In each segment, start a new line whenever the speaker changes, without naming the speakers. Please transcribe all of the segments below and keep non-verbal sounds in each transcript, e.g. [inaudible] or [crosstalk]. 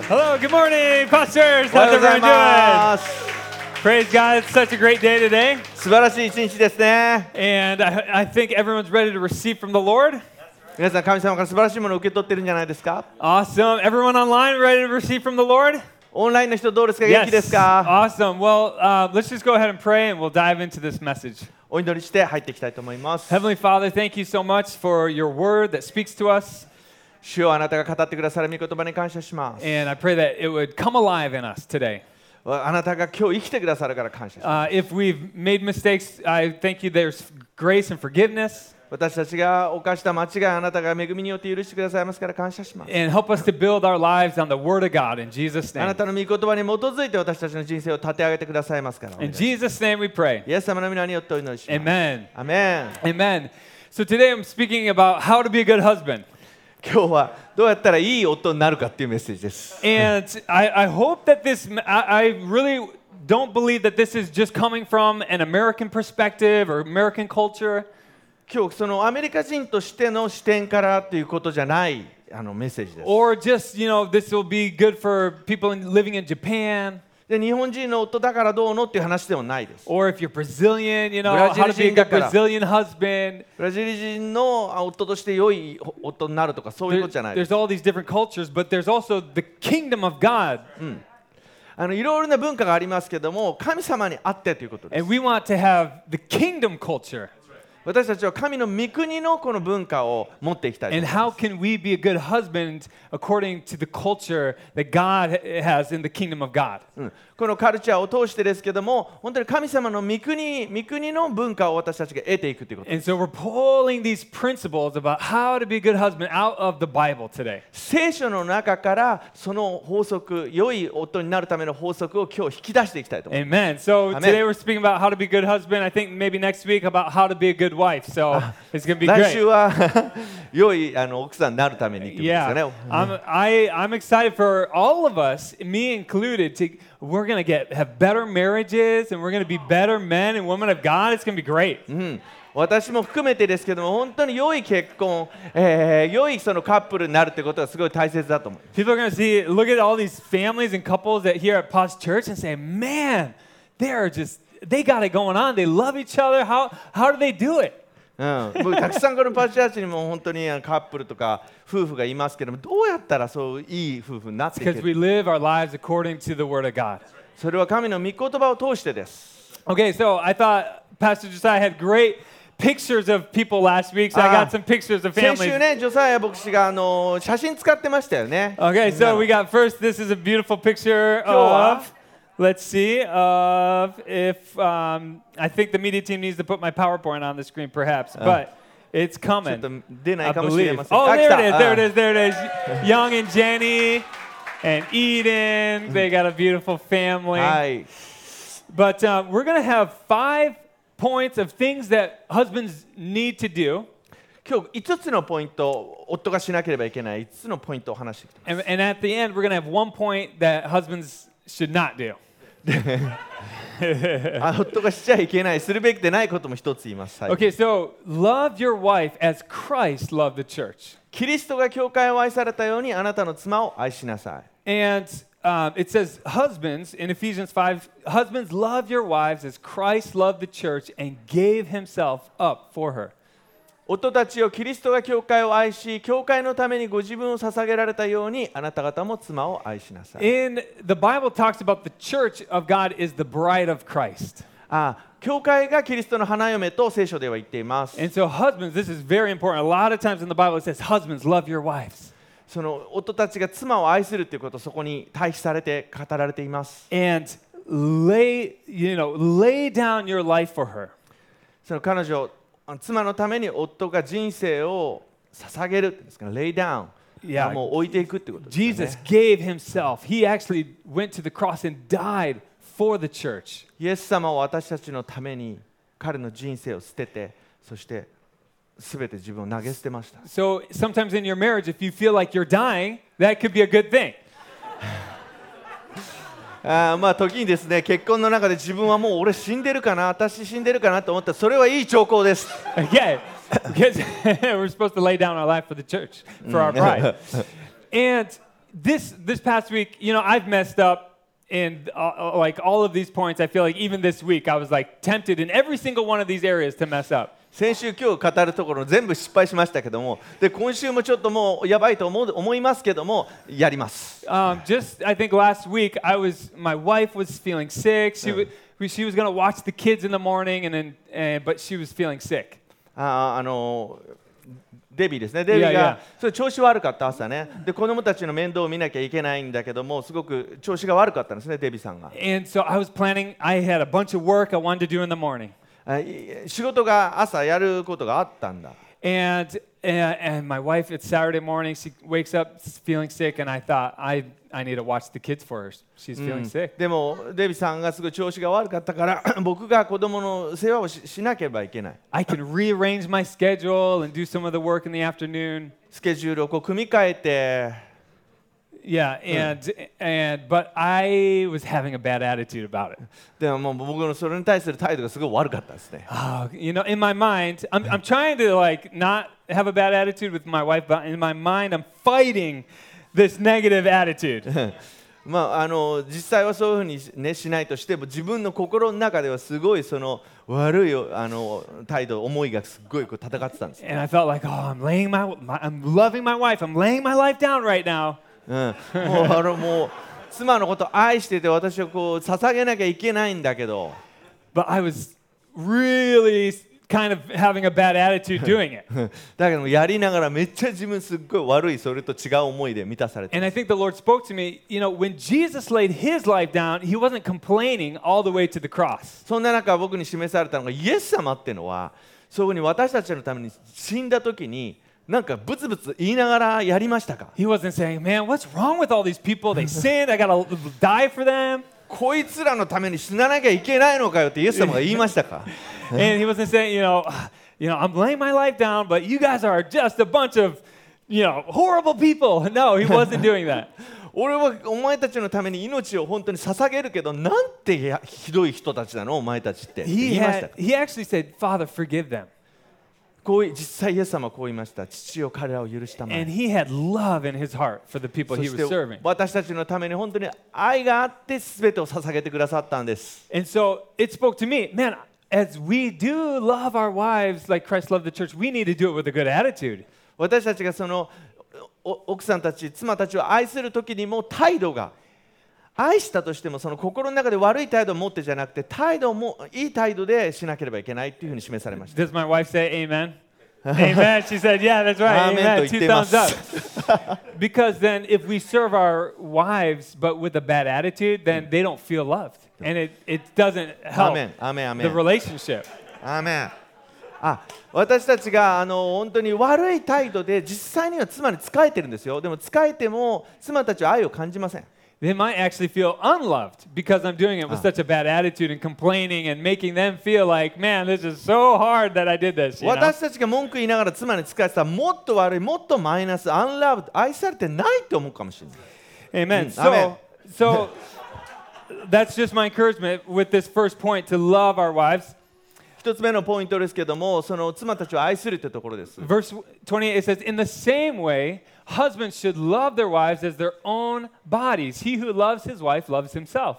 Hello, good morning, pastors.
おはよ
How's
うござい
everyone doing?
ます。
Praise God, it's such a great day today.
素晴らしい一日ですね。
And I, I think everyone's ready to receive from the Lord.
皆さん、神様から素晴らしいものを受け取ってるんじゃないですか
Awesome. Everyone online ready to receive from the Lord?
オンラインの人どうですか元気ですか
Awesome. Well, uh, let's just go ahead and pray and we'll dive into this message.
お祈りして入っていきたいと思います。
Heavenly Father, thank you so much for your word that speaks to us.
主よあなたが語ってくださる御言葉に感謝します。
And I pray that it would come alive in us today.
あなたが今日生きてくださるから感謝しま
Uh,
す。
if we've made mistakes, I thank you there's grace and forgiveness.
私たちが犯した間違い、あなたが恵みによって許してくださいますから感謝します。
And help us to build our lives on the word of God in Jesus'
あ
name.
なたの御言葉に基づいて私たちの人生を立て上げてくださいますから。お願
In
いします
Jesus' name we pray.
イエス様の皆によってお祈りします。
Amen.
アメン。
Amen. So today I'm speaking about how to be a good husband.
今日はどうやったらいい夫になるかっていうメッセージです。
And I, I hope that this, I, I really don't believe that this is just coming from an American perspective or American culture.
今日そのアメリカ人としての視点からということじゃないあのメッセージです。
Or just, you know, this will be good for people in, living in Japan.
で日本人の夫だからどうのっていう話でもないです。
Or if you're Brazilian, you know, how to be a good
ブラジル人だから。
Brazilian husband.
ブラジル人のあ夫として良い夫になるとかそういう
There-
ことじゃないです。
there's all these different cultures, but there's also the kingdom of God.
あのいろいろな文化がありますけども神様にあってということです
And。we want to have the kingdom culture.
私たちは神の御国のこの文化を持っていきたいと
And
思い
how
ます。
can we be a good husband according to the culture that God ha- has in the kingdom of God?
うんこのカルチャーを通してですけども本当に神様の御国御国の文化を私たちが得ていくということ
And so we're pulling these principles about how to be a good husband out of the Bible today.
聖書の中からその法則良い夫になるための法則を今日引き出していきたいと思います
Amen. So
Amen.
today we're speaking about how to be a good husband. I think maybe next week about how to be a good wife. So it's going to be
来
great.
週は [laughs] 良いあの奥さんになるためにってことです
Yeah.
よね
I'm, I, I'm excited for all of us, me included, to we're going to get have better marriages and we're going to be better men and women of God. It's going to be great.
うん私も含めてですけども本当に良い結婚、えー良いそのカップルになるってことがすごい大切だと思う
People are going to see, look at all these families and couples that here at Pause Church and say, man, they are just, they got it going on. They love each other. How, how do they do it?
うん、僕たくさんこのパチアーチにも本当にあのカップルとか夫婦がいますけどもどうやったらそういい夫婦になっていけ
Because we
る
live our lives according to the Word of God.
それは神の御言葉を通してです
Okay, so I thought Pastor Josiah had great pictures of people last week, so I
Ah.
got some pictures of
先週
families.
ね、ジョサイア牧師があの写真使ってましたよね。
Okay, so we got first, this is a beautiful picture
Sure.
of. Let's see. Of if um, I think the media team needs to put my PowerPoint on the screen, perhaps, but it's
ちょっ
coming.
と出な
I
いかもしれ
believe.
ません。
Oh,
あ
there
来た
it is. There it
あ
is. There it is. Young and Jenny and Eden. They got a beautiful family.
はい。
But uh, we're going to have five points of things that husbands need to do.
今日5つのポイント、夫がしなければいけない5つのポイントを話してきて
And, and at the end, we're going to have one point that husbands should not do. [laughs]
あ夫がしちゃいけない、するべきでないことも1つ言います。はい
Okay, so love your wife as Christ loved the church.
キリストが教会を愛されたように、あなたの妻を愛しなさい。
And um, it says, husbands, in Ephesians 5, husbands, love your wives as Christ loved the church and gave himself up for her.
夫たちをキリストが教会を愛し、教会のためにご自分を捧げられたように、あなた方も妻を愛しなさい。
In the Bible talks about the church of God is the bride of Christ.
あ教会がキリストの花嫁と聖書では言っています。
And so husbands, this is very important. A lot of times in the Bible it says husbands love your wives.
その夫たちが妻を愛するということそこに対比されて語られています
And lay, you know, lay down your life for her.
その彼女あ妻のために夫が人生を捧げるっていうんですか lay down
いや
もう置いていくってことですよね
Jesus gave himself. He actually went to the cross and died for the church.
イエス様は私たちのために彼の人生を捨ててそして全て自分を投げ捨てました
So sometimes in your marriage, if you feel like you're dying, that could be a good thing.
あーまあ時にですね結婚の中で自分はもう俺死んでるかな私死んでるかなと思ったらそれはいい兆候です
[laughs] Okay, [laughs] because we're supposed to lay down our life for the church, for our bride. and this this past week, you know, I've messed up in uh, uh, like all of these points. I feel like even this week, I was like tempted in every single one of these areas to mess up.
先週今日語るところ全部失敗しましたけどもで今週もちょっともうやばいと思う思いますけどもやります
Um, just I think last week, I was my wife was feeling sick. She was she was gonna watch the kids in the morning, and then and, but she was feeling sick.
あーあのーデビーですねデビーが
いやいや
それ調子悪かった朝ねで子供たちの面倒を見なきゃいけないんだけどもすごく調子が悪かったんですねデビーさんが
And so I was planning. I had a bunch of work I wanted to do in the morning,
あい仕事が朝やることがあったんだ
and and, and my wife. It's Saturday morning. She wakes up feeling sick, and I thought I I need to watch the kids for her. She's feeling sick.
でもデビーさんがすごい調子が悪かったから [clears throat] 僕が子供の世話をししなければいけない
I can rearrange my schedule and do some of the work in the afternoon.
スケジュールをこう組み替えて
Yeah, and and but I was having a bad attitude about it.
でももう僕のそれに対する態度がすごい悪かったですね
Oh, you know, in my mind, I'm I'm trying to like not have a bad attitude with my wife, but in my mind, I'm fighting this negative
[laughs]
attitude.
まあ、あの実際はそういうふうに、ね、しないとしても自分の心の中ではすごいその悪いあの態度思いがすっごいこう戦ってたんです、
And I felt like, oh, I'm laying my, my, I'm loving my wife. I'm laying my life down right now.
うん、もうあのもう妻のことを愛してて私はこう捧げなきゃいけないんだけど
But I was really kind of having a bad attitude doing it.
うんだけどもやりながらめっちゃ自分すっごい悪いそれと違う思いで満たされて
And I think the Lord spoke to me, you know, when Jesus laid his life down, he wasn't complaining all the way to the cross.
そんな中僕に示されたのがイエス様っていうのはそういうふうに私たちのために死んだ時になんかブツブツ言いながらやりましたか
He wasn't saying, man, what's wrong with all these people? They sinned. I got to die for them.
こいつらのために死ななきゃいけないのかよってイエス様が言いましたか
And he wasn't saying, you know, [sighs] you know, I'm laying my life down, but you guys are just a bunch of, you know, horrible people. [laughs] No, he wasn't doing that.
俺は [laughs] お前たちのために命を本当に捧げるけどなんてやひどい人たちなのお前たちってって
He,
言いました
had,
か
he actually said, Father, forgive them.
こうい実際イエス様はこう言いました父よ彼らを許したまえ
And he had love in his heart for the people
そ
he
し
was
て
serving.
私たちのために本当に愛があって全てを捧げてくださったんです
And so it spoke to me, man, as we do love our wives like Christ loved the church, we need to do it with a good attitude.
私たちがそのお奥さんたち妻たちを愛する時にも態度が愛したとしてもその心の中で悪い態度を持ってじゃなくて態度もいい態度でしなければいけないっていうふうに示されました
Does my wife say amen?
[laughs]
amen. She said, yeah, that's right.
Amen
Amen.
と言ってます。
Two thumbs up.
[laughs]
because then if we serve our wives but with a bad attitude, then they don't feel loved. And it, it doesn't help
アーメンアーメンアーメ
the
ン
relationship.
アーメンあ私たちがあの本当に悪い態度で実際には妻に仕えてるんですよでも仕えても妻たちは愛を感じません
They might actually feel unloved because I'm doing it with
Ah.
such a bad attitude and complaining and making them feel like, man, this is so hard that I did this. You know?
私たちが文句言いながら妻に仕えてたらもっと悪いもっとマイナスアンラブ愛されてないと思うかもしれない
Amen.
Mm,
So,
amen.
so that's just my encouragement with this first point to love our wives.
一つ目のポイントですけどもその妻たちを愛するというところです
Verse 28 it says, "In the same way, husbands should love their wives as their own bodies. He who loves his wife loves himself."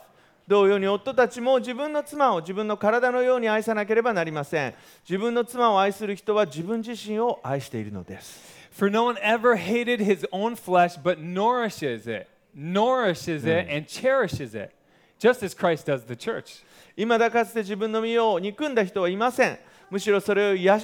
同様に夫たちも自分の妻を自分の体のように愛さなければなりません自分の妻を愛する人は自分自身を愛しているのです
For no one ever hated his own flesh, but nourishes it, nourishes it,
Mm.
and cherishes it, just as Christ does the church.
今だかつて自分の身を憎んだ人はいませんむしろそれを養い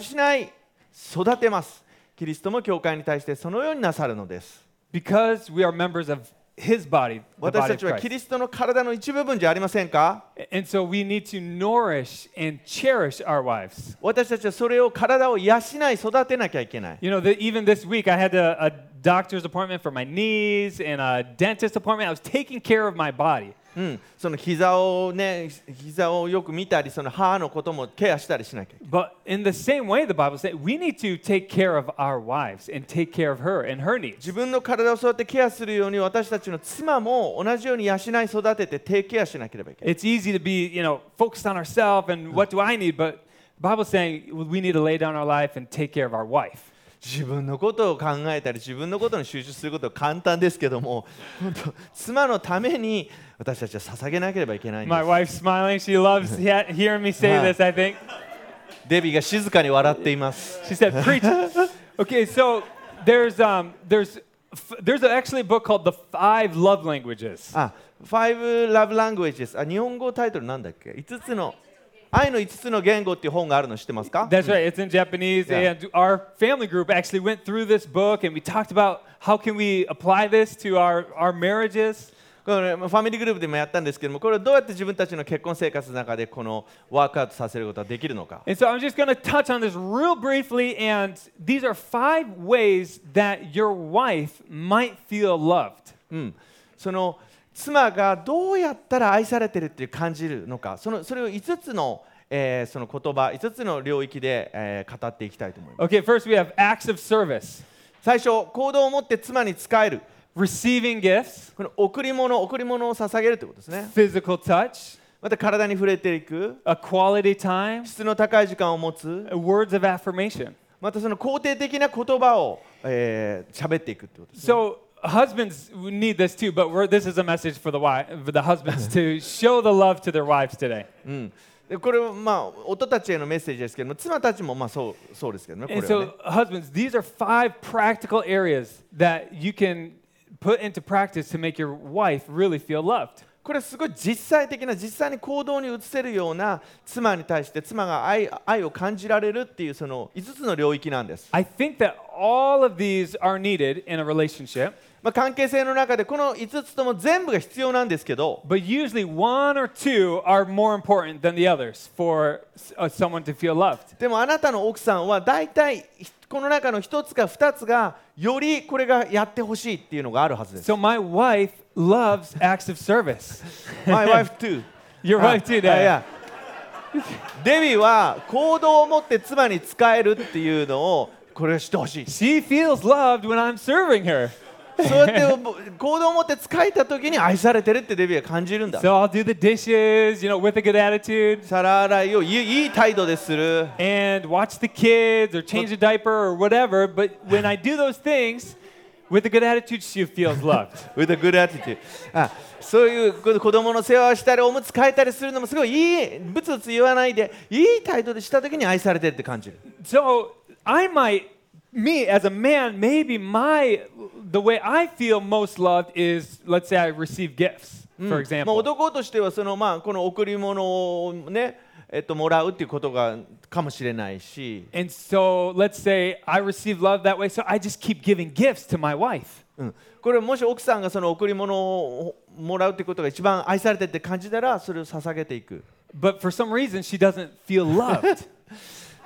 育てますキリストも教会に対してそのようになさるのです
Because we are members of his body, the
私
body
た
of
ちはキ
Christ.
リストの体の一部分じゃありませんか
And so we need to nourish and cherish our wives.
私たちはそれを体を養い育てなきゃいけない
You know, the, even this week I had a, a doctor's appointment for my knees and a dentist appointment. I was taking care of my body.
うん、その膝をね膝をよく見たりその歯のこともケアしたりしなきゃ
But in the same way, the Bible says we need to take care of our wives and take care of her and her needs.
自分の体をそうやってケアするように私たちの妻も同じように養い育てて低ケアしなければいけない
It's easy to be, you know, focused on ourselves and what do I need, but the Bible's saying we need to lay down our life and take care of our wife.
自分のことを考えたり自分のことに集中することは簡単ですけども本当妻のために私たちは捧げなければいけないんで
My wife's
す
smiling. She loves he- hearing me say
Huh.
this, I think.
デビが静かに笑っています
She said, preach. okay, so there's, um, there's, f- there's actually a book called The Five Love Languages.
あ5 Love Languages あ日本語タイトルなんだっけ5つの愛の5つの言語っていう本があるの知ってますか
That's right. It's in Japanese,
Yeah.
and our family group actually went through this book, and we talked about how can we apply this to our, our marriages.
これファミリーグループでもやったんですけどもこれをどうやって自分たちの結婚生活の中でこのワークアウトさせることができるのか
And so I'm just going to touch on this real briefly, and these are five ways that your wife might feel loved.
うん、その妻がどうやったら愛されてるっていう感じるのかそのそれを5つの,、えーその言葉5つの領域で、えー語っていきたいと思います
Okay, first we have acts of service,
最初行動を持って妻に使える
receiving gifts,
この贈り物贈り物を捧げるということですね
physical touch,
また体に触れていく
a quality time,
質の高い時間を持つ
words of affirmation.
またその肯定的な言葉をえー喋っていくってことです
So husbands need this too, but we're, this is a message for the wife, for the husbands to show the love to their wives today.
でこれはまあ夫たちへのメッセージですけども妻たちもまあそうそうですけどねこれ
And
はね
so, husbands, these are five practical areas that you can put into practice to make your wife really feel loved.
これすごい実際的な実際に行動に移せるような妻に対して妻が愛愛を感じられるっていうその5つの領域なんです、
I think that all of these are needed in a relationship,
まあ、関係性の中でこの5つとも全部が必要なんですけど
but usually one or two are more important than the others for s- uh, someone to feel loved.
でもあなたの奥さんは大体この中の1つか2つがよりこれがやってほしいっていうのがあるはずです
So, my wife loves acts of service.
My wife too
Your
あ
wife too,
あい
Dad.
やデビは行動を持って妻に使えるっていうのをこれをしてほしい
She feels loved when I'm serving her.
そうやってぼ行動を持って使えた時に愛されてるってデビューは感じるんだ
So I'll do the dishes, you know, with a good attitude
皿洗いをいいいい態度でする
and watch the kids or change a diaper or whatever. But when I do those things with a good attitude, she feels loved. [laughs]
with a good attitude あそういうこ子供の世話をしたりおむつ替えたりするのもすごいいいブツブツ言わないでいい態度でした時に愛されてるって感じる
so I might, me as a man, maybe my, the way I feel most loved is, let's say I receive gifts, for
まあ、
example.
男としてはその、まあ、この贈り物をねえっと、もらうっていうことがかもしれないし、
and so let's say I receive love that way, so I just keep giving gifts to my wife.
うん、これもし奥さんがその贈り物をもらうってことが一番愛されてるって感じたらそれを捧げていく
But for some reason, she doesn't feel loved.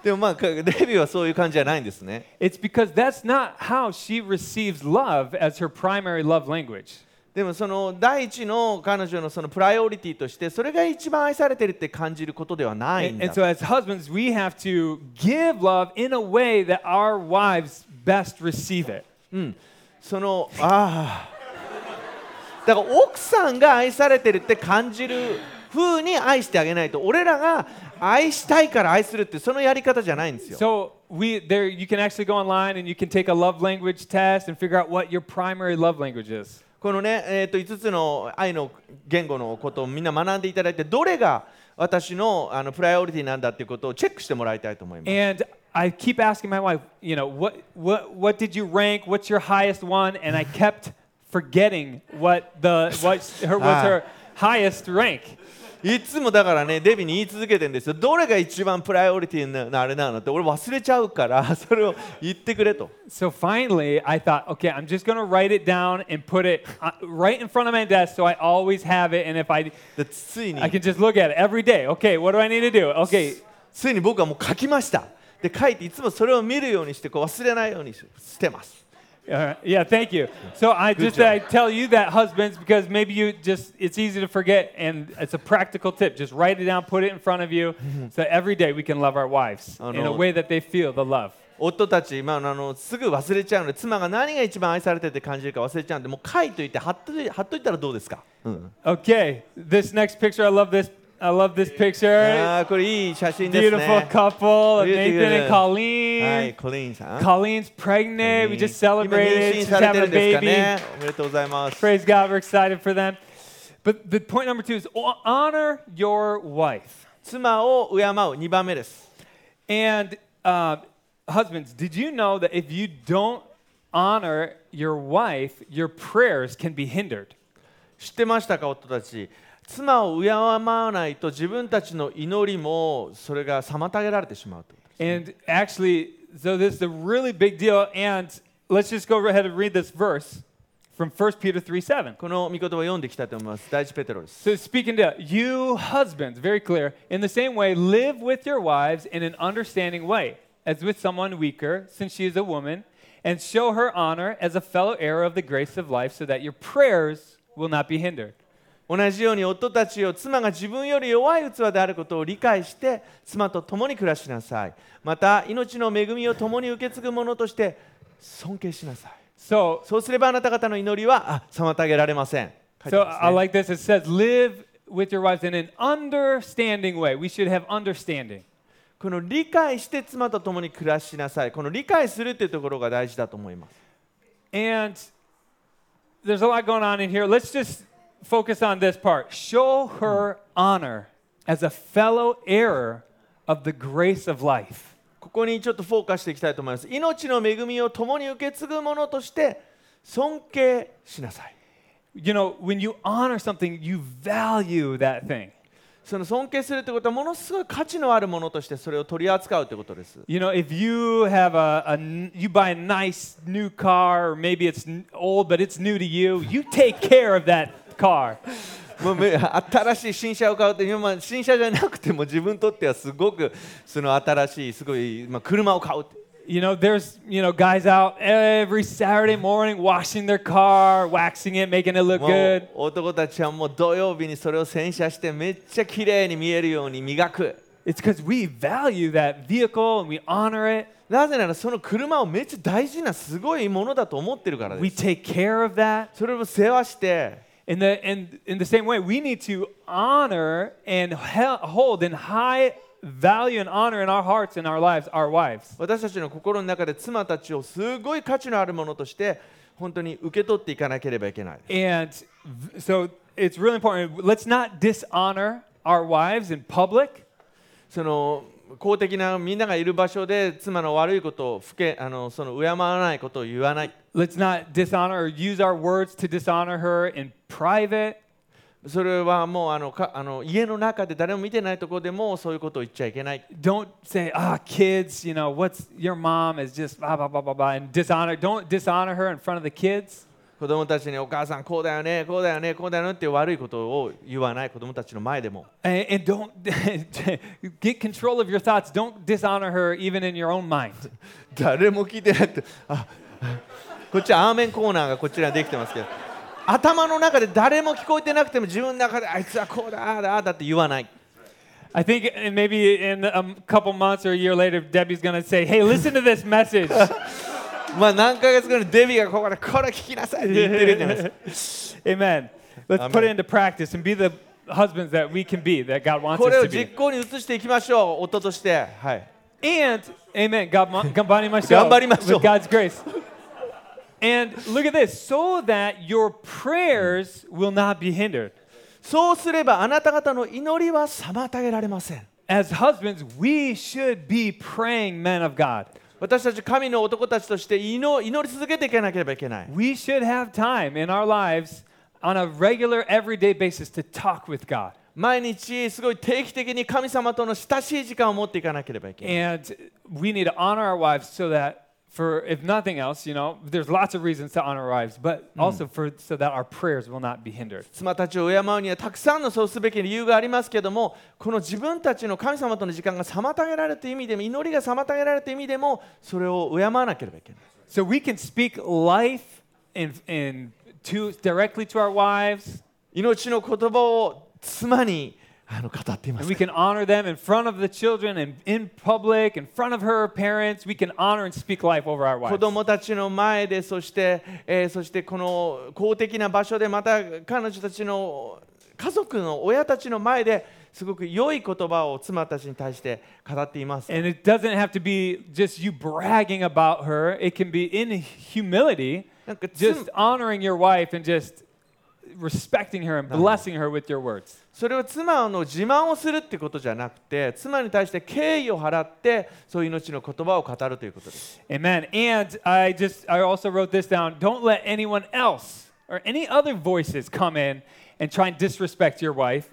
でもまあかデビューはそういう感じじゃないんですね
It's because that's not how she receives love as her primary love language.
でもその第一の彼女のそのプライオリティとしてそれが一番愛されてるって感じることではないん
And,
だ
and so, as husbands, we have to give love in a way that our wives best receive it.
そのああだから奥さんが愛されてるって感じる風に愛してあげないと俺らが愛したいから愛するってそのやり方じゃないんですよ
So, we, there, you can actually go online and you can take a love language test and figure out what your primary love language is.
このね、えー、と5つの愛の言語のことをみんな学んでいただいてどれが私のあのプライオリティなんだっていうことをチェックしてもらいたいと思います
And I keep asking my wife, you know, what, what, what did you rank? What's your highest one? And I kept forgetting what, the, what her, was her highest rank.
いつもだからねデビに言い続けてるんですよどれが一番プライオリティのあれなのって俺忘れちゃうから [laughs] それを言ってくれと
So finally, I thought, okay, I'm just going to write it down and put it uh, right in front of my desk so I always have it. And if I,
でついに
I can just look at it every day. Okay, what do I need to do? Okay,
ついに僕はもう書きましたで書いていつもそれを見るようにしてこう忘れないようにししてます
uh, yeah, thank you. So I just I tell you that, husbands, because maybe you just, it's easy to forget. And it's a practical tip. Just write it down, put it in front of you. So every day we can love our wives
Mm-hmm. Oh,
in a
no.
way that they feel the love.
夫たち、まあ、あのすぐ忘れちゃうので妻が何が一番愛されてて感じるか忘れちゃうんでもう書いといて貼っとい貼っといたらどうですか、うん
Okay, this next picture, I love this I love this picture.
あーこれいい写真です
Beautiful
ね。
couple, of Nathan and
Beautiful. は
Colleen.
い、コリンさん。
Colleen's pregnant. We just
今
celebrated.
妊
She's
娠されて
having
る
a
んです
baby.
かね。おめでとうございます。
Praise God. We're excited for them. But the point number two is hon- honor your wife.
妻を敬う2番目です。
And uh, husbands, did you know that if you don't honor your wife, your prayers can be hindered?
知ってましたか夫たち妻を敬わないと自分たちの祈りもそれが妨げられてしまうと
And actually, so this is a really big deal. And let's just go ahead and read this verse from 1 Peter 3 7.
この御言葉を読んでいきたいと思います第一ペテロです
So, speaking to you husbands, very clear, in the same way, live with your wives in an understanding way, as with someone weaker, since she is a woman, and show her honor as a fellow heir of the grace of life, so that your prayers will not be hindered.
同じように夫たちを妻が自分より弱い器であることを理解して妻と共に暮らしなさいまた命の恵みを共に受け継ぐ者として尊敬しなさい
So,
そうすればあなた方の祈りはあ妨げられません書いて
so
ますね
I like this. It says, live with your wives in an understanding way. We should have understanding.
この理解して妻と共に暮らしなさいこの理解するっていうところが大事だと思います
And there's a lot going on in here. Let's just focus on this part. Show her honor as a fellow heir of the grace of life.
ここにちょっとフォーカスしていきたいと思います。命の恵みを共に受け継ぐものとして尊敬しなさい。
You know, when you honor something, you value that thing.
その尊敬するということはものすごい価値のあるものとしてそれを取り扱うということです。
You know, if you have a, a n- you buy a nice new car, or maybe it's n- old but it's new to you, you take care of that car.
もうめ新しい新車を買うって今まあ新車じゃなくても自分にとってはすごくその新しいすごい、まあ、車を買うって
You know, there's you know guys out every Saturday morning washing their car, waxing it, making it look
も
good.
う男たちはもう土曜日にそれを洗車してめっちゃ綺麗に見えるように磨く。
It's because we value that vehicle and we honor it.
なぜならその車をめっちゃ大事なすごいものだと思ってるからで
We
す。
take care of that.
それを世話して。
In the, and in the same way, we need to honor and he- hold in high value and honor in our hearts and our lives our wives.
私たちの心の中で妻たちをすごい価値のあるものとして本当に受け取っていかなければいけない
And v- so it's really important. Let's not dishonor our wives in public.
その公的なみんながいる場所で妻の悪いことをふけあのその敬わないことを言わない
Let's not dishonor or use our words to dishonor her in private.
それはもうあのかあの家の中で誰も見てないところでもそういうことを言っちゃいけない
don't say, ah, kids, you know, what's your mom is just blah, blah, blah, blah, blah, and dishonor. Don't dishonor her in front of the kids.
子供たちにお母さんこうだよねこうだよねこうだよねって悪いことを言わない子供たちの前でも
And, and don't [laughs] get control of your thoughts. Don't dishonor her even in your own mind.
誰も聞いてないってあこっちアーメンコーナーがこちらにできてますけど頭の中で誰も聞こえてなくても自分の中であいつはこうだああだああだって言わない
I think and maybe in a m- couple months or a year later, Debbie's going to say, hey, listen to this message.
まあ何ヶ月後にデビがここでこれ聞きなさいって言ってるじゃないですか
Amen. Let's put it
Amen.
into practice and be the husbands that we can be, that God wants
これ
us
を
to be.
実行に移していきましょう夫としてはい
And amen. God, ganbarimashou.
頑張りましょう。
With God's grace. And look at this, so that your prayers will not be hindered.
そうすればあなた方の祈りは妨げられません
As husbands, we should be praying men of God.
私たち神の男たちとして祈祈り続けていかなければいけない
We should have time in our lives on a regular, everyday basis to talk with God.
毎日すごい定期的に神様との親しい時間を持っていかなければいけない
And we need to honor our wives so that, for if nothing else, you know, there's lots of reasons to honor our wives, but also for so that our prayers will not be hindered.
妻たちを敬うにはたくさんのそうすべき理由がありますけどもこの自分たちの神様との時間が妨げられた意味でも祈りが妨げられた意味でもそれを敬わなければいけない
So we can speak life and, and to, directly to our wives,
命の言葉を妻にあの語っていま
and
す
we can honor them in front of the children and in public, in front of her parents. We can honor and speak life over our
子
wives.
供たちの前でそして、えーそしてこの公的な場所でまた彼女たちの家族の親たちの前ですごく良い言葉を妻たちに対して語っています。
And it doesn't have to be just you bragging about her. It can be in humility,
なんか妻
just honoring your wife and just respecting her and blessing her with your words.
それは妻の自慢をするってことじゃなくて妻に対して敬意を払ってそういう命の言葉を語るということです。
Amen. And I just I also wrote this down. Don't let anyone else or any other voices come in and try and disrespect your wife.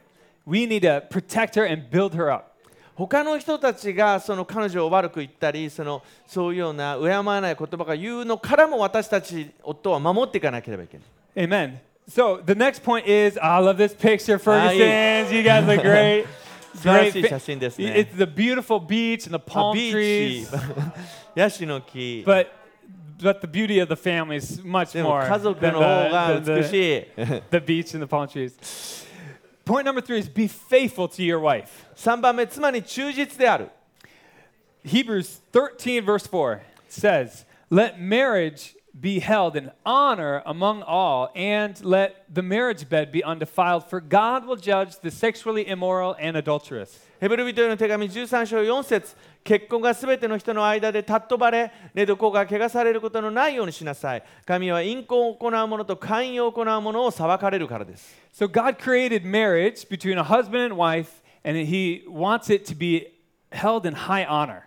We need to protect her and build her up.
他の人たちがその彼女を悪く言ったりそのそういうような敬わない言葉が言うのからも私たち夫は守っていかなければいけない。
Amen. So the next point is I love this picture, Ferguson's. You guys look great.
素晴ら
great
しい
fi-
写真ですね
it's。the beautiful beach and the
あ
palm
ビー
trees.
チ、ヤシの木。
But but the beauty of the family is much
でも
more
家
than
族
the,
の方が
than the-
美しい。 [laughs]
the beach and the palm trees. Point number three is be faithful to your wife.
3番目、妻に忠実である。
Hebrews 13, verse 4 says, Let marriage be held in honor among all, and let the marriage bed be undefiled, for God will judge the sexually immoral and adulterous.
ヘブル人への手紙13章4節結婚がすべての人の間で尊ばれ、寝床が汚されることのないようにしなさい。神は淫行を行う者と寛容を行う者を裁かれるからです。
So God created marriage between a husband and wife, and He wants it to be held in high honor.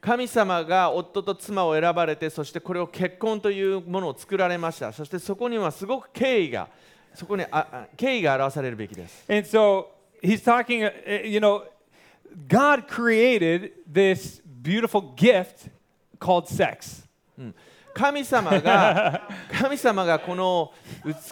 神様が夫と妻を選ばれて、そしてこれを結婚というものを作られました。そしてそこにはすごく敬意が、そこにああ敬意が表されるべきです。
And so He's talking, uh, uh, you know, God created this beautiful gift called sex.
神様が神様がこの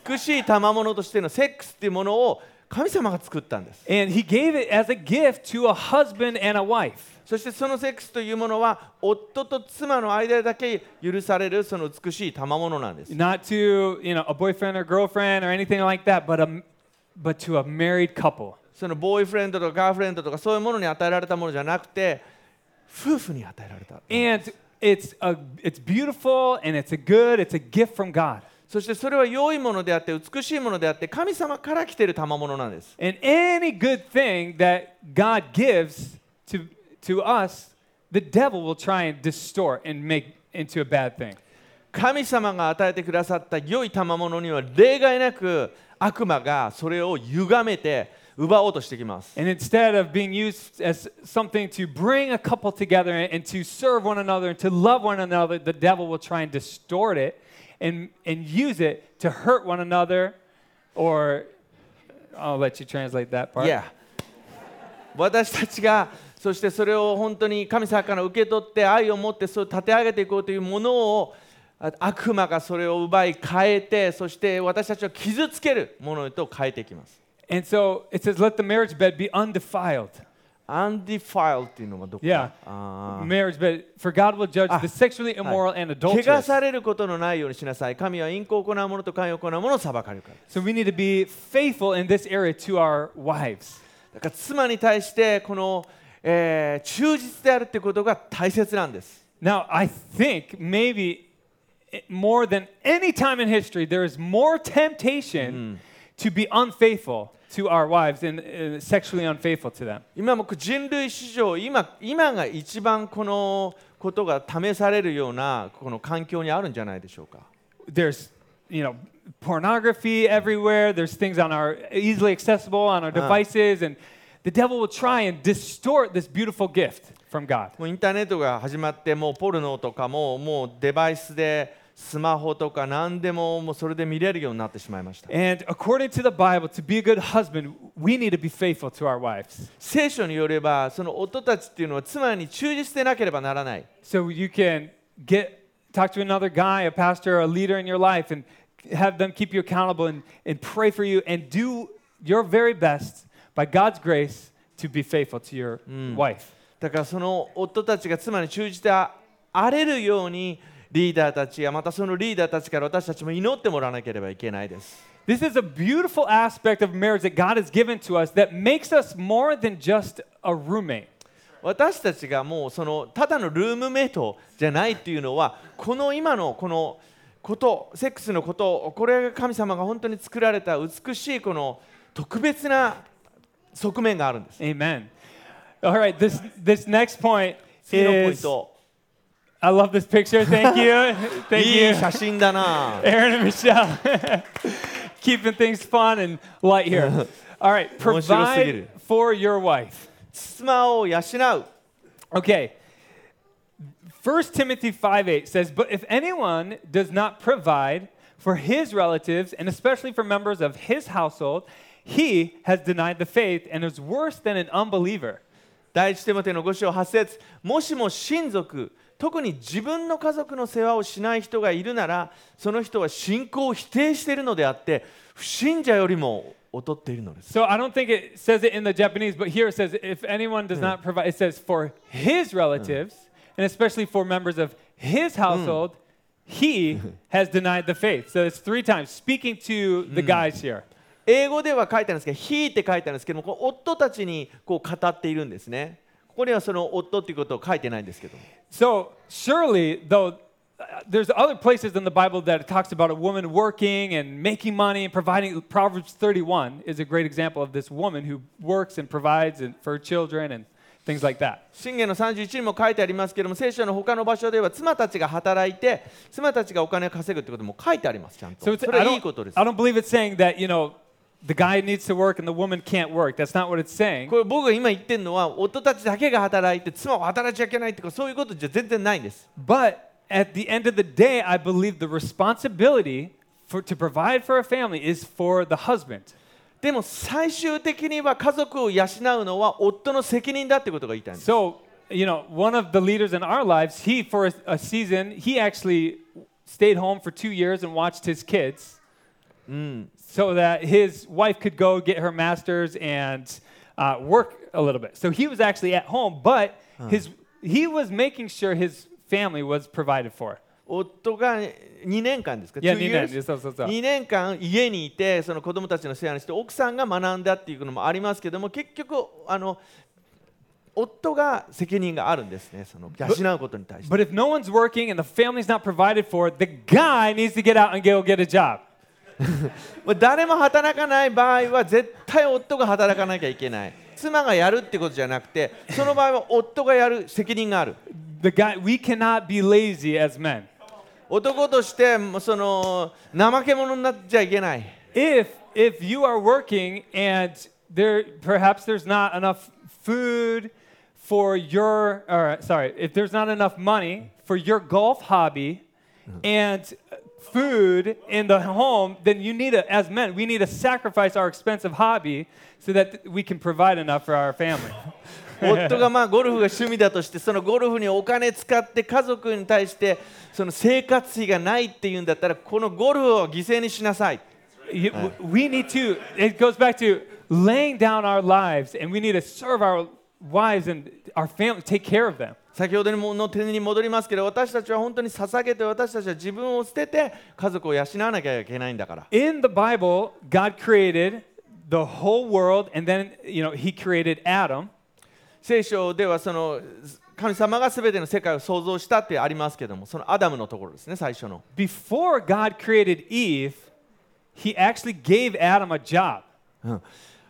美しい賜物としてのセックスっていうものを神様が作ったんです
And he gave it as a gift to a husband and a wife.
そしてそのセックスというものは夫と妻の間だけ許されるその美しい賜物なんです
Not to, you know, a boyfriend or girlfriend or anything like that, but a, but to a married couple.
そのボーイフレンドとかガーフレンドとかそういうものに与えられたものじゃなくて夫婦に与えられた
And it's a it's beautiful and it's a good, it's a gift from God.
そしてそれは良いものであって美しいものであって神様から来ている賜物なんです
And any good thing that God gives to to us, the devil will try and distort and make into a bad thing.
神様が与えてくださった良い賜物には例外なく悪魔がそれを歪めて奪おうとしてきます。
And instead of being used as something to bring a couple together and to serve one another and to love one another, the devil will try and distort it and, and use it to hurt one another. Or I'll let you translate that part.
いや私たちがそしてそれを本当に神様から受け取って愛を持ってそれを立て上げていこうというものをあ悪魔がそれを奪い変えてそして私たちを傷つけるものへと変えていきます。
And so it says, let the marriage bed be undefiled.
アンディファイルっていうのはどこ
Yeah.
あー
Marriage bed, for God will judge
Ah.
the sexually immoral and
汚
adulterous.
されることのないようにしなさい。神は淫行を行う者と関与を行う者を裁かれるから。
So we need to be faithful in this area to our wives.
だから妻に対してこの、えー忠実であるってことが大切なんです。
Now, I think maybe it- more than any time in history, there is more temptation to be unfaithful to our wives and uh, sexually unfaithful to them.
今も人類史上今今が一番このことが試されるようなこの環境にあるんじゃないでしょうか。
There's, you know, pornography everywhere. There's things on our easily accessible on our devices, and the devil will try and distort this beautiful gift from God.
もうインターネットが始まってもうポルノとかももうデバイスでスマホとか何でももうそれで見れるようになってしまいました。
And according to the Bible, to be a good husband, we need to be faithful to our wives.
聖書によればその夫たちっていうのは妻に忠実でなければならない。
So you can get talk to another guy, a pastor, a leader in your life, and have them keep you accountable and, and pray for you and do your very best by God's grace to be faithful to your wife.
だからその夫たちが妻に忠実であれるようにリーダーたちやまたそのリーダーたちから私たちも祈ってもらわなければいけないです。
This is a beautiful aspect of marriage that God has given to us that makes us more than just a roommate.
私たちがもうそのただのルームメイトじゃないっていうのはこの今のこのことセックスのことこれが神様が本当に作られた美しいこの特別な側面があるんです
Amen. All right, this this next point
次のポイン
is
ト
I love this picture. Thank you.
い
Thank
い
you.
写真だ
[laughs]
な
Aaron and Michelle. [laughs] Keeping things fun and light here. All right,
面白すぎる。
provide for your wife.
妻を養う
Okay. 1 Timothy 5:8 says, "But if anyone does not provide for his relatives and especially for members of his household, he has denied the faith and is worse than an unbeliever."
第一テモテの5章8節もしも親族特に自分の家族の世話をしない人がいるならその人は信仰を否定しているのであって不信者よりも劣っているのです
So I don't think it says it in the Japanese, but here it says if anyone does not provide, it says for his relatives and especially for members of his household, he has denied the faith. So it's three times speaking to the guys here.
英語では書いてあるんですけど「he」って書いてあるんですけどもこの夫たちにこう語っているんですねここにはその夫っていうことを書いてないんですけども
So surely, though, uh, there's other places in the Bible that it talks about a woman working and making money and providing. Proverbs 31 is a great example of this woman who works and provides and for children and things like that.
信玄の31にも書いてありますけども聖書の他の場所では妻たちが働いて妻たちがお金を稼ぐってことも書いてありますちゃんと
So it's,
そ
I,
れはいいこと
don't,
です
I don't believe it's saying that, you know, the guy needs to work and the woman can't work. That's not what it's saying.
これ僕が今言ってるのは夫たちだけが働いて妻は働いちゃいけないとかそういうことじゃ全然ないんです
But at the end of the day, I believe the responsibility for, to provide for a family is for the husband.
でも最終的には家族を養うのは夫の責任だってことが言いたいんです
So, you know, one of the leaders in our lives, he, for a, a season, he actually stayed home for two years and watched his kids so that his wife could go get her master's and uh, work a little bit. So he was actually at home, but his, he was making sure his family was provided for.
夫が2年間ですか
Yeah,
two
Nina,
years?
yes, yes, yes, yes.
2年間家にいてその子供たちの世話にして奥さんが学んだっていうのもありますけども結局あの夫が責任があるんですねその養うことに対して
But if no one's working and the family's not provided for, the guy needs to get out and go get a job.
まあ誰も働かない場合は絶対夫が働かなきゃいけない妻がやるってことじゃなくてその場合は夫がやる責任がある
The guy, we cannot be lazy as men.
男としてもうその怠け者になっちゃいけない
if if you are working and there perhaps there's not enough food for your or sorry if there's not enough money for your golf hobby and food in the home then you need a, as men we need to sacrifice our expensive hobby so that we can provide enough for our family
夫がまあゴルフが趣味だとしてそのゴルフにお金使って家族に対してその生活費がないっていうんだったらこのゴルフを犠牲にしなさい
You- w- we need to it goes back to laying down our lives and we need to serve our wives and our family take care of them
先ほどの手に戻りますけど私たちは本当に捧げて私たちは自分を捨てて家族を養わなきゃいけないんだから
in the Bible, God created the whole world, and then you know He created Adam.
聖書ではその神様が全ての世界を創造したってありますけどもそのアダムのところですね最初の
Before God created Eve, He actually gave Adam a job.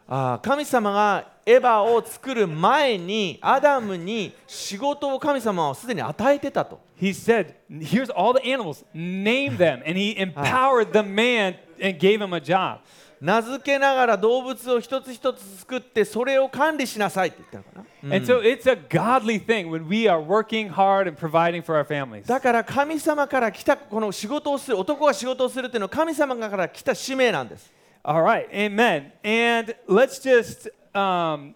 あー神様がエヴァを作る前にアダムに仕事を神様はすでに与えてたと
He said, "Here's all the animals. Name them." And He empowered the man and gave him a job.
名付けながら動物を一つ一つ作ってそれを管理しなさいって言ったのかな
And so it's a godly thing when we are working hard and providing for our families.
だから神様から来たこの仕事をする男が仕事をするっていうのは神様から来た使命なんです
All right, amen. And let's just, um,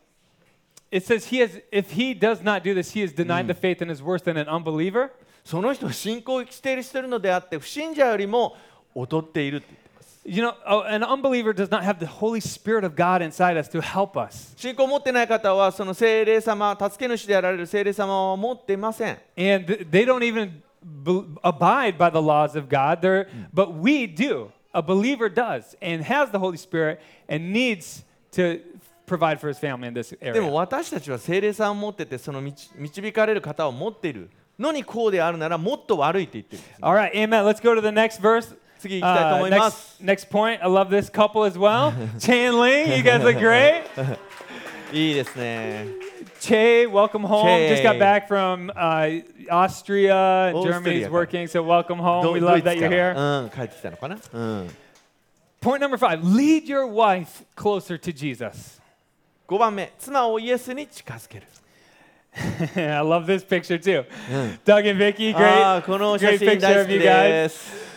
it says he has, if he does not do this, he has denied the faith and is worse than an unbeliever.
その人は信仰をしているしているのであって不信者よりも劣っているって言ってます
You know, oh, an unbeliever does not have the Holy Spirit of God inside us to help us.
信仰を持ってない方はその聖霊様助け主であられる聖霊様は持っていません
And th- they don't even b- abide by the laws of God, They're, but we do. A believer does and has the Holy Spirit and needs to provide for his family in this
で
area.
も私たちは聖霊さんを持っててその導導かれる方を持っているのにこうであるならもっと悪いって言ってるんです
All right, amen. Let's go to the next verse.
次行きたいと思います。
Uh, next, next point. I love this couple as well. Chan Ling, you guys look great.
いいですね。
Che, welcome home.
Che.
Just got back from uh, Austria.
Austria.
Germany's working, so welcome home.
ど
we
ド
love
イツか
that you're
ら
here.
うん、帰ってきたのかな。うん。
Point number five lead your wife closer to Jesus. [laughs]
5番目、妻をイエスに近づける。
I love this picture too. Doug and Vicky, great.
ああ、この写
great
真
picture
大
of
好き
you guys.
です。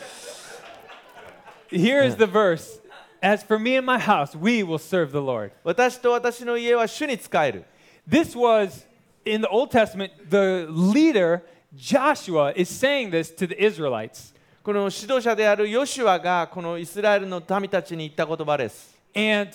Here is the verse As for me and my house, we will serve the Lord.
私と私の家は主に仕える。
This was in the Old Testament, the leader Joshua is saying this to the Israelites.
この指導者であるヨシュアがこのイスラエルの民たちに言った言葉です。
And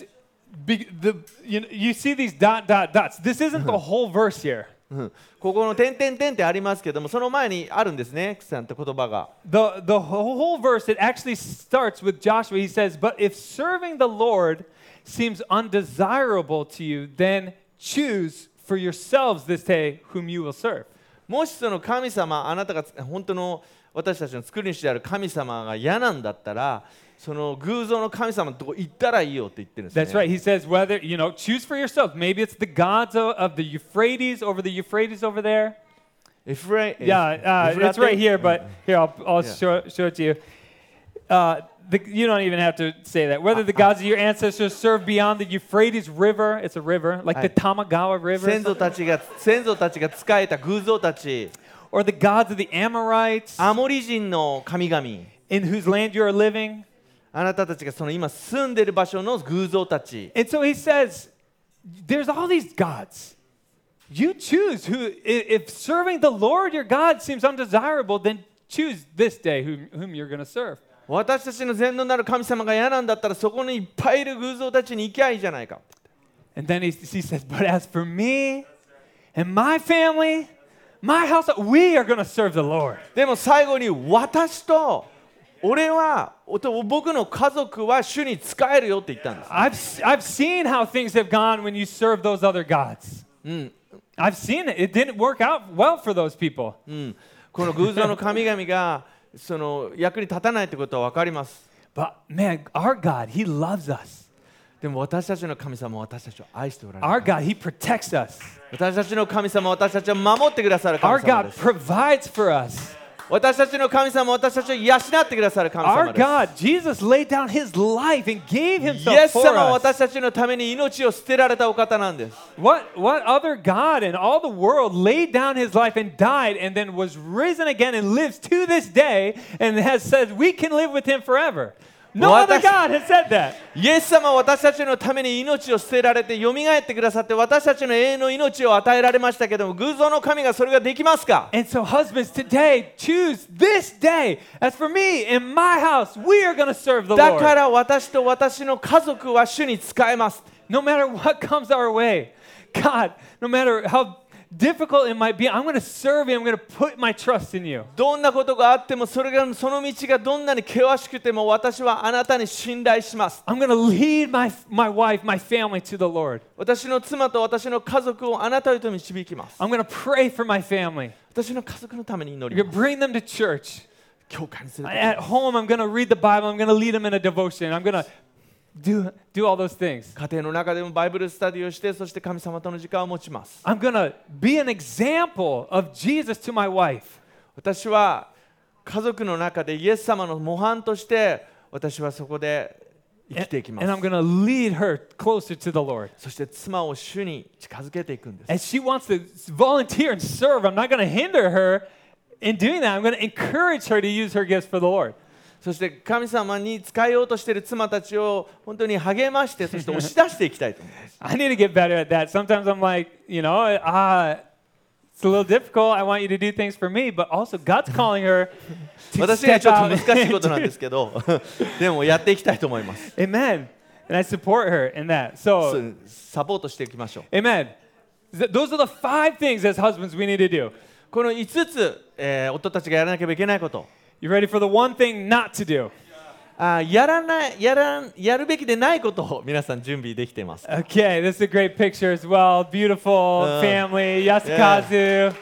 be, the, you, know, you see these dot, dot, dots. This isn't the whole verse here.
うんここの点点点ってありますけども、その前にあるんですね、クさんって言葉が。
The, the whole verse, it actually starts with Joshua. He says, But if serving the Lord seems undesirable to you, then choose for yourselves this day whom you will serve.
もしその神様、あなたが本当の私たちの作り主である神様が嫌なんだったら、その偶像の神様のとこ行ったらいいよって言ってるんですね。
That's right. He says, Whether, you know, choose for yourself. Maybe it's the gods of, of the Euphrates over the Euphrates over there.
エフレ
Yeah, uh,
エフラ
it's
テ
right here, but here, I'll, I'll
Yeah.
show, show it to you. Uh, the, you don't even have to say that. Whether the gods of your ancestors served beyond the Euphrates River, it's a river, like the Tamagawa River, or
先祖
something,
たちが先祖たちが仕えた偶像たち
or the gods of the Amorites,
アモリ人の神々
in whose land you are living.
あなたたちがその今住んでる場所の偶像たち
And so he says, there's all these gods. You choose who, i- if serving the Lord your God seems undesirable, then choose this day whom, whom you're going to serve.
私たちの全能なる神様が嫌なんだったらそこにいっぱいいる偶像たちに行きゃいいじゃないか
And then he, he says, But as for me and my family, my house, we are going to serve the Lord.
でも最後に私と俺はおと僕の家族は主に仕えるよって言ったんです
I've, s- I've seen how things have gone when you serve those other gods. I've seen it. It didn't work out well for those people.
この偶像の神々がその役に立たないってことは分かります
But man, our God, He loves us.
でも私たちの神様は私たちを愛しておられる
Our God, He protects us.
[laughs] 私たちの神様は私たちを守ってくださる
Our
神様で
God
す
provides for us.
私たちの神様は私たちを養ってくださる神
Our
様です
God, Jesus laid down His life and gave
イ
Himself
エス
for
様
us.
は私たちのために命を捨てられたお方なんです
What, what other God in all the world laid down his life and died and then was risen again and lives to this day and has said we can live with him forever? No
Well,
other
that's-
God has said that.
イエス様は私たちのために命を捨てられてよみがえってくださって私たちの永遠の命を与えられましたけども偶像の神がそれができますか
And so, husbands, today choose this day. As for me and my house, we are going to serve the
だ
Lord.
から私と私の家族は主に仕えます
No matter what comes our way, God, no matter how difficult it might be, I'm going to serve you. I'm going to put my trust in you.
どんなことがあってもそれがその道がどんなに険しくても私はあなたに信頼します
I'm going to lead my, my wife, my family to the Lord.
私の妻と私の家族をあなたへと導きます
I'm going to pray for my family.
私の家族のために祈
You're
りま
gonna
す
bring them to church.
教会にすること
At home, I'm going to read the Bible. I'm going to lead them in a devotion. I'm going to do, do all those things.
家庭の中でもバイブルスタディをしてそして神様との時間を持ちます
I'm going to be an example of Jesus to my wife.
私は家族の中でイエス様の模範として私はそこで生
And,
きていきま
and I'm
す
going to lead her closer to the Lord.
そして妻を主に近づけていくんです
As she wants to volunteer and serve, I'm not going to hinder her in doing that. I'm going to encourage her to use her gifts for the Lord.
そして神様に使いようとしている妻たちを本当に励ましてそして押し出していきたいと思います
[laughs] I need to get better at that. Sometimes I'm like, you know, ah, it's a little difficult. I want you to do things for me, but also God's calling her to
私には
step
ちょっと
out.
難しいことなんですけど [laughs] でもやっていきたいと思います
[laughs] Amen. And I support her in that. So,
そうサポートしていきましょう
amen. Th- those are the five things as husbands we need to do.
この5つ、えー夫たちがやらなければいけないこと
You ready for the one thing not to do?
あーやらないやらんやるべきでないことを皆さん準備できています。
Okay, this is a great picture as well. Beautiful
Uh,
family. Yasukazu,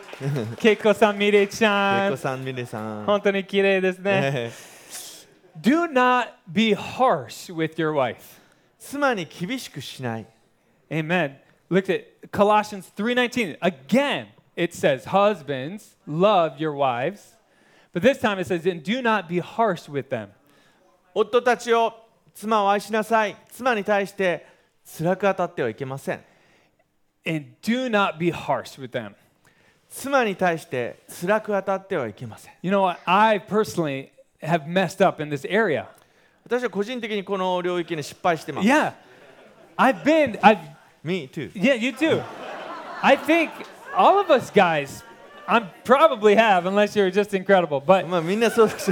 [laughs] Keiko san mire
えこ
chan.
さん、みれさん。えー
Do not be harsh with your wife.
妻に厳しくしない。
Amen. Look at Colossians 3:19. Again, it says, "Husbands, love your wives." But this time it says, "And do not be harsh with them."
夫たちを妻を愛しなさい妻に対して辛く当たってはいけません
And do not be harsh with them.
妻に対して辛く当たってはいけません
You know what? I personally have messed up in this area.
私は個人的にこの領域に失敗してます、
Yeah. I've been I've
Me too
Yeah, you too. I think all of us guys I probably have unless you're just incredible. But
まあみんなそうです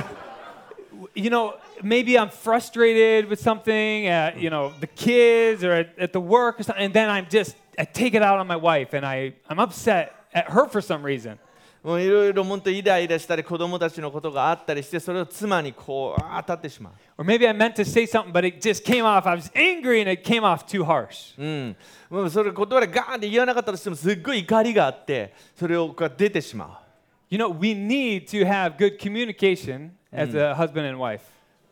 you know, maybe I'm frustrated with something at you know the kids or at, at the work or something, and then I'm just I take it out on my wife and I I'm upset at her for some reason.
[laughs] もういろいろ本当イライラしたり子供たちのことがあったりしてそれを妻にこうあー当たってしまう
Or maybe I meant to say something, but it just came off. I was angry and it came off too harsh.
うん、もうそれ言葉でガーンって言わなかったとしてもすっごい怒りがあってそれをこう出てしまう
You know, we need to have good communication as a husband and wife,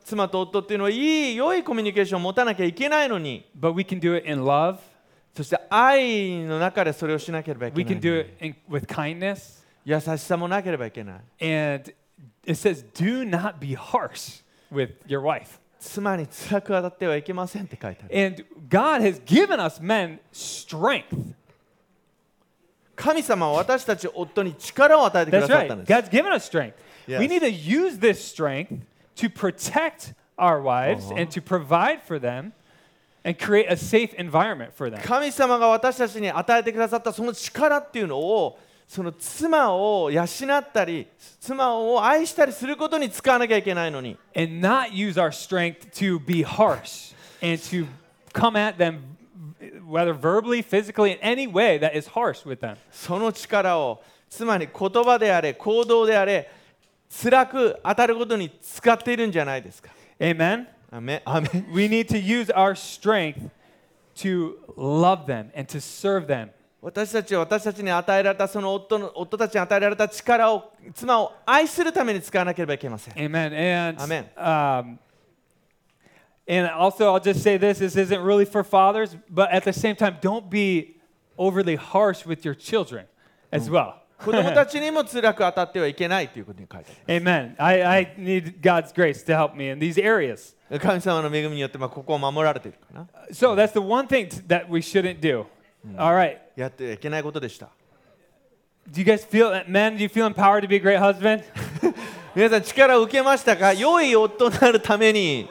妻と夫っていうのはいい良いコミュニケーションを持たなきゃいけないのに
but we can do it in love.
そして愛の中でそれをしなければいけ
We
ない
can do it in, with kindness.
優しさもなければいけない
And it says, do not be harsh with your wife.
妻に辛く当たってはいけませんって書いてある
And God has given us men strength.
神様は私たち夫に力を与えてくだ
That's
さったん
right.
で
God's
す
given us strength. We
Yes.
need to use this strength to protect our wives
Uh-huh.
and to provide for them and create a safe environment for them.
神様が私たちに与えてくださったその力っていうのをその妻を養ったり妻を愛したりすることに使わなきゃいけないのに
And not use our strength to be harsh and to come at them, whether verbally, physically, in any way that is harsh with them.
その力をつまり言葉であれ行動であれ辛く当たることに使っているんじゃないですか。
Amen?
アメンアメン
We need to use our strength to love them and to serve them.
私たちは私たちに与えられたその夫の夫たちに与えられた力を妻を愛するために使わなければいけません。
Amen. And
Amen.
Um, and also, I'll just say this: this isn't really for fathers, but at the same time, don't be overly harsh with your children as well.
子供たちにも辛く当たってはいけないということに書いてあ
Amen. I, I need God's grace to help me in these areas.
る。 [laughs] 神様の恵みによってまあここを守られているかな。
So that's the one thing t- that we shouldn't do. All right.
やってはいけないことでした。
Do you guys feel, men? Do you feel empowered to be a great husband?
皆さん力を受けましたか良い夫になるために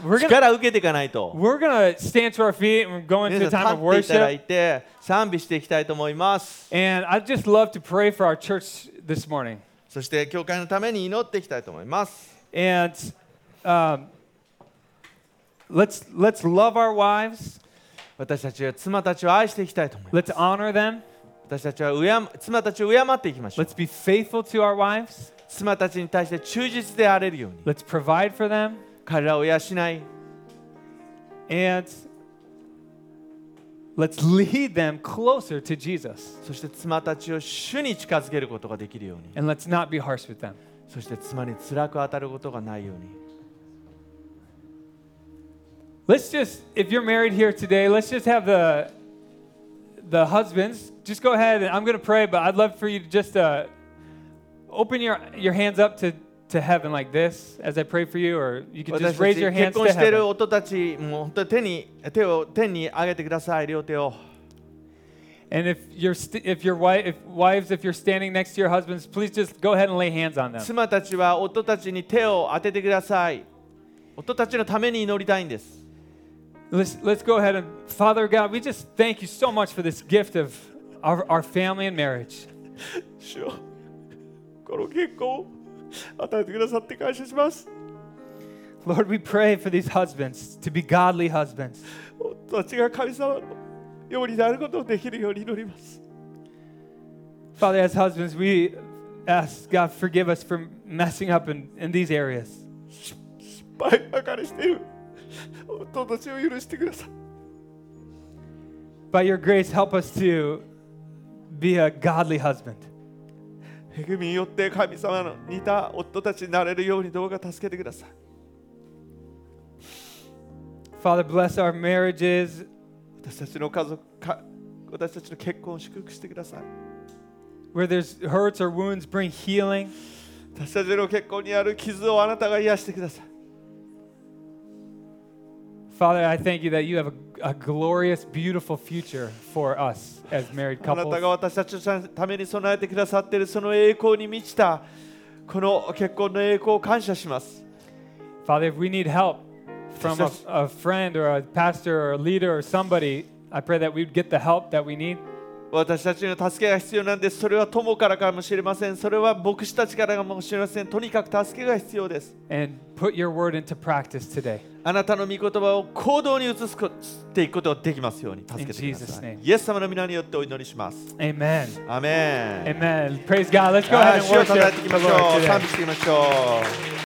We're gonna
力を受けていかないと。
we're gonna stand to our feet and we're going to
皆
a
さ
time
ん
of
立っていただ
worship.
いて賛美していきたいと思います。
And I'd just love to pray for our church this morning.
そして教会のために祈っていきたいと思います。
And um, let's, let's love our wives,
私たちは妻たちを愛していきたいと思います。
let's honor them,
私たちは敬妻たちを敬っていきましょう。
let's be faithful to our wives,
妻たちに対して忠実であれるように
let's provide for them,
彼らを養い
and let's lead them closer to Jesus.
そして妻たちを主に近づけることができるように
And let's not be harsh with them.
そして妻に辛く当たることがないように
Let's just, if you're married here today, let's just have the the husbands just go ahead and I'm going to pray, but I'd love for you to just uh, open your your hands up to to heaven like this as I pray for you, or you can
私
just
た
raise
ち
your
結
hands
婚
to
している
heaven.
夫たちもう本当に手に手を天に上げてください両手を
And if you're st- if your wife, if wives, if you're standing next to your husbands, please just go ahead and lay hands on them.
[laughs] 妻たちは夫たちに手を当ててください夫たちのために祈りたいんです
Let's let's go ahead and Father God, we just thank you so much for this gift of our, our family and marriage.
主よこの結婚を与えてくださって感謝します
Lord, we pray for these husbands to be godly husbands.
[laughs] 夫たちが神様のようになることをできるように祈ります
Father, as husbands, we ask God forgive us for messing up in, in these areas.
失敗ばかりしている夫たちを許してください
By your grace, help us to be a godly husband.
恵みによって神様の似た夫たちになれるようにどうか助けてください
Father, bless our marriages.
私たちの家族か私たちの結婚を祝福してください
Where there's hurts or wounds, bring healing.
私たちの結婚にある傷をあなたが癒してください
Father, I thank you that you have a, a glorious, beautiful future for us as married
あなたが
couples.
私たちのために備えてくださっているその栄光に満ちたこの結婚の栄光を感謝します
Father, if we need help from a,
Just-
a friend or a pastor or a leader or somebody, I pray that we'd get the help that we need.
私たちの助けが必要なんですそれは友からかもしれませんそれは牧師たちからかもしれませんとにかく助けが必要です
and put your word into practice today.
あなたの御言葉を行動に移すこしていくことができますように助けてくだ
Jesus'
さい
name.。
イエス様の皆によってお祈りします。
Amen.
アメン。
Amen. Praise God. Let's go
は
ahead
い
and
主を
worship
たたえていきま
the
しょう。
Lord today.
賛美していきましょう。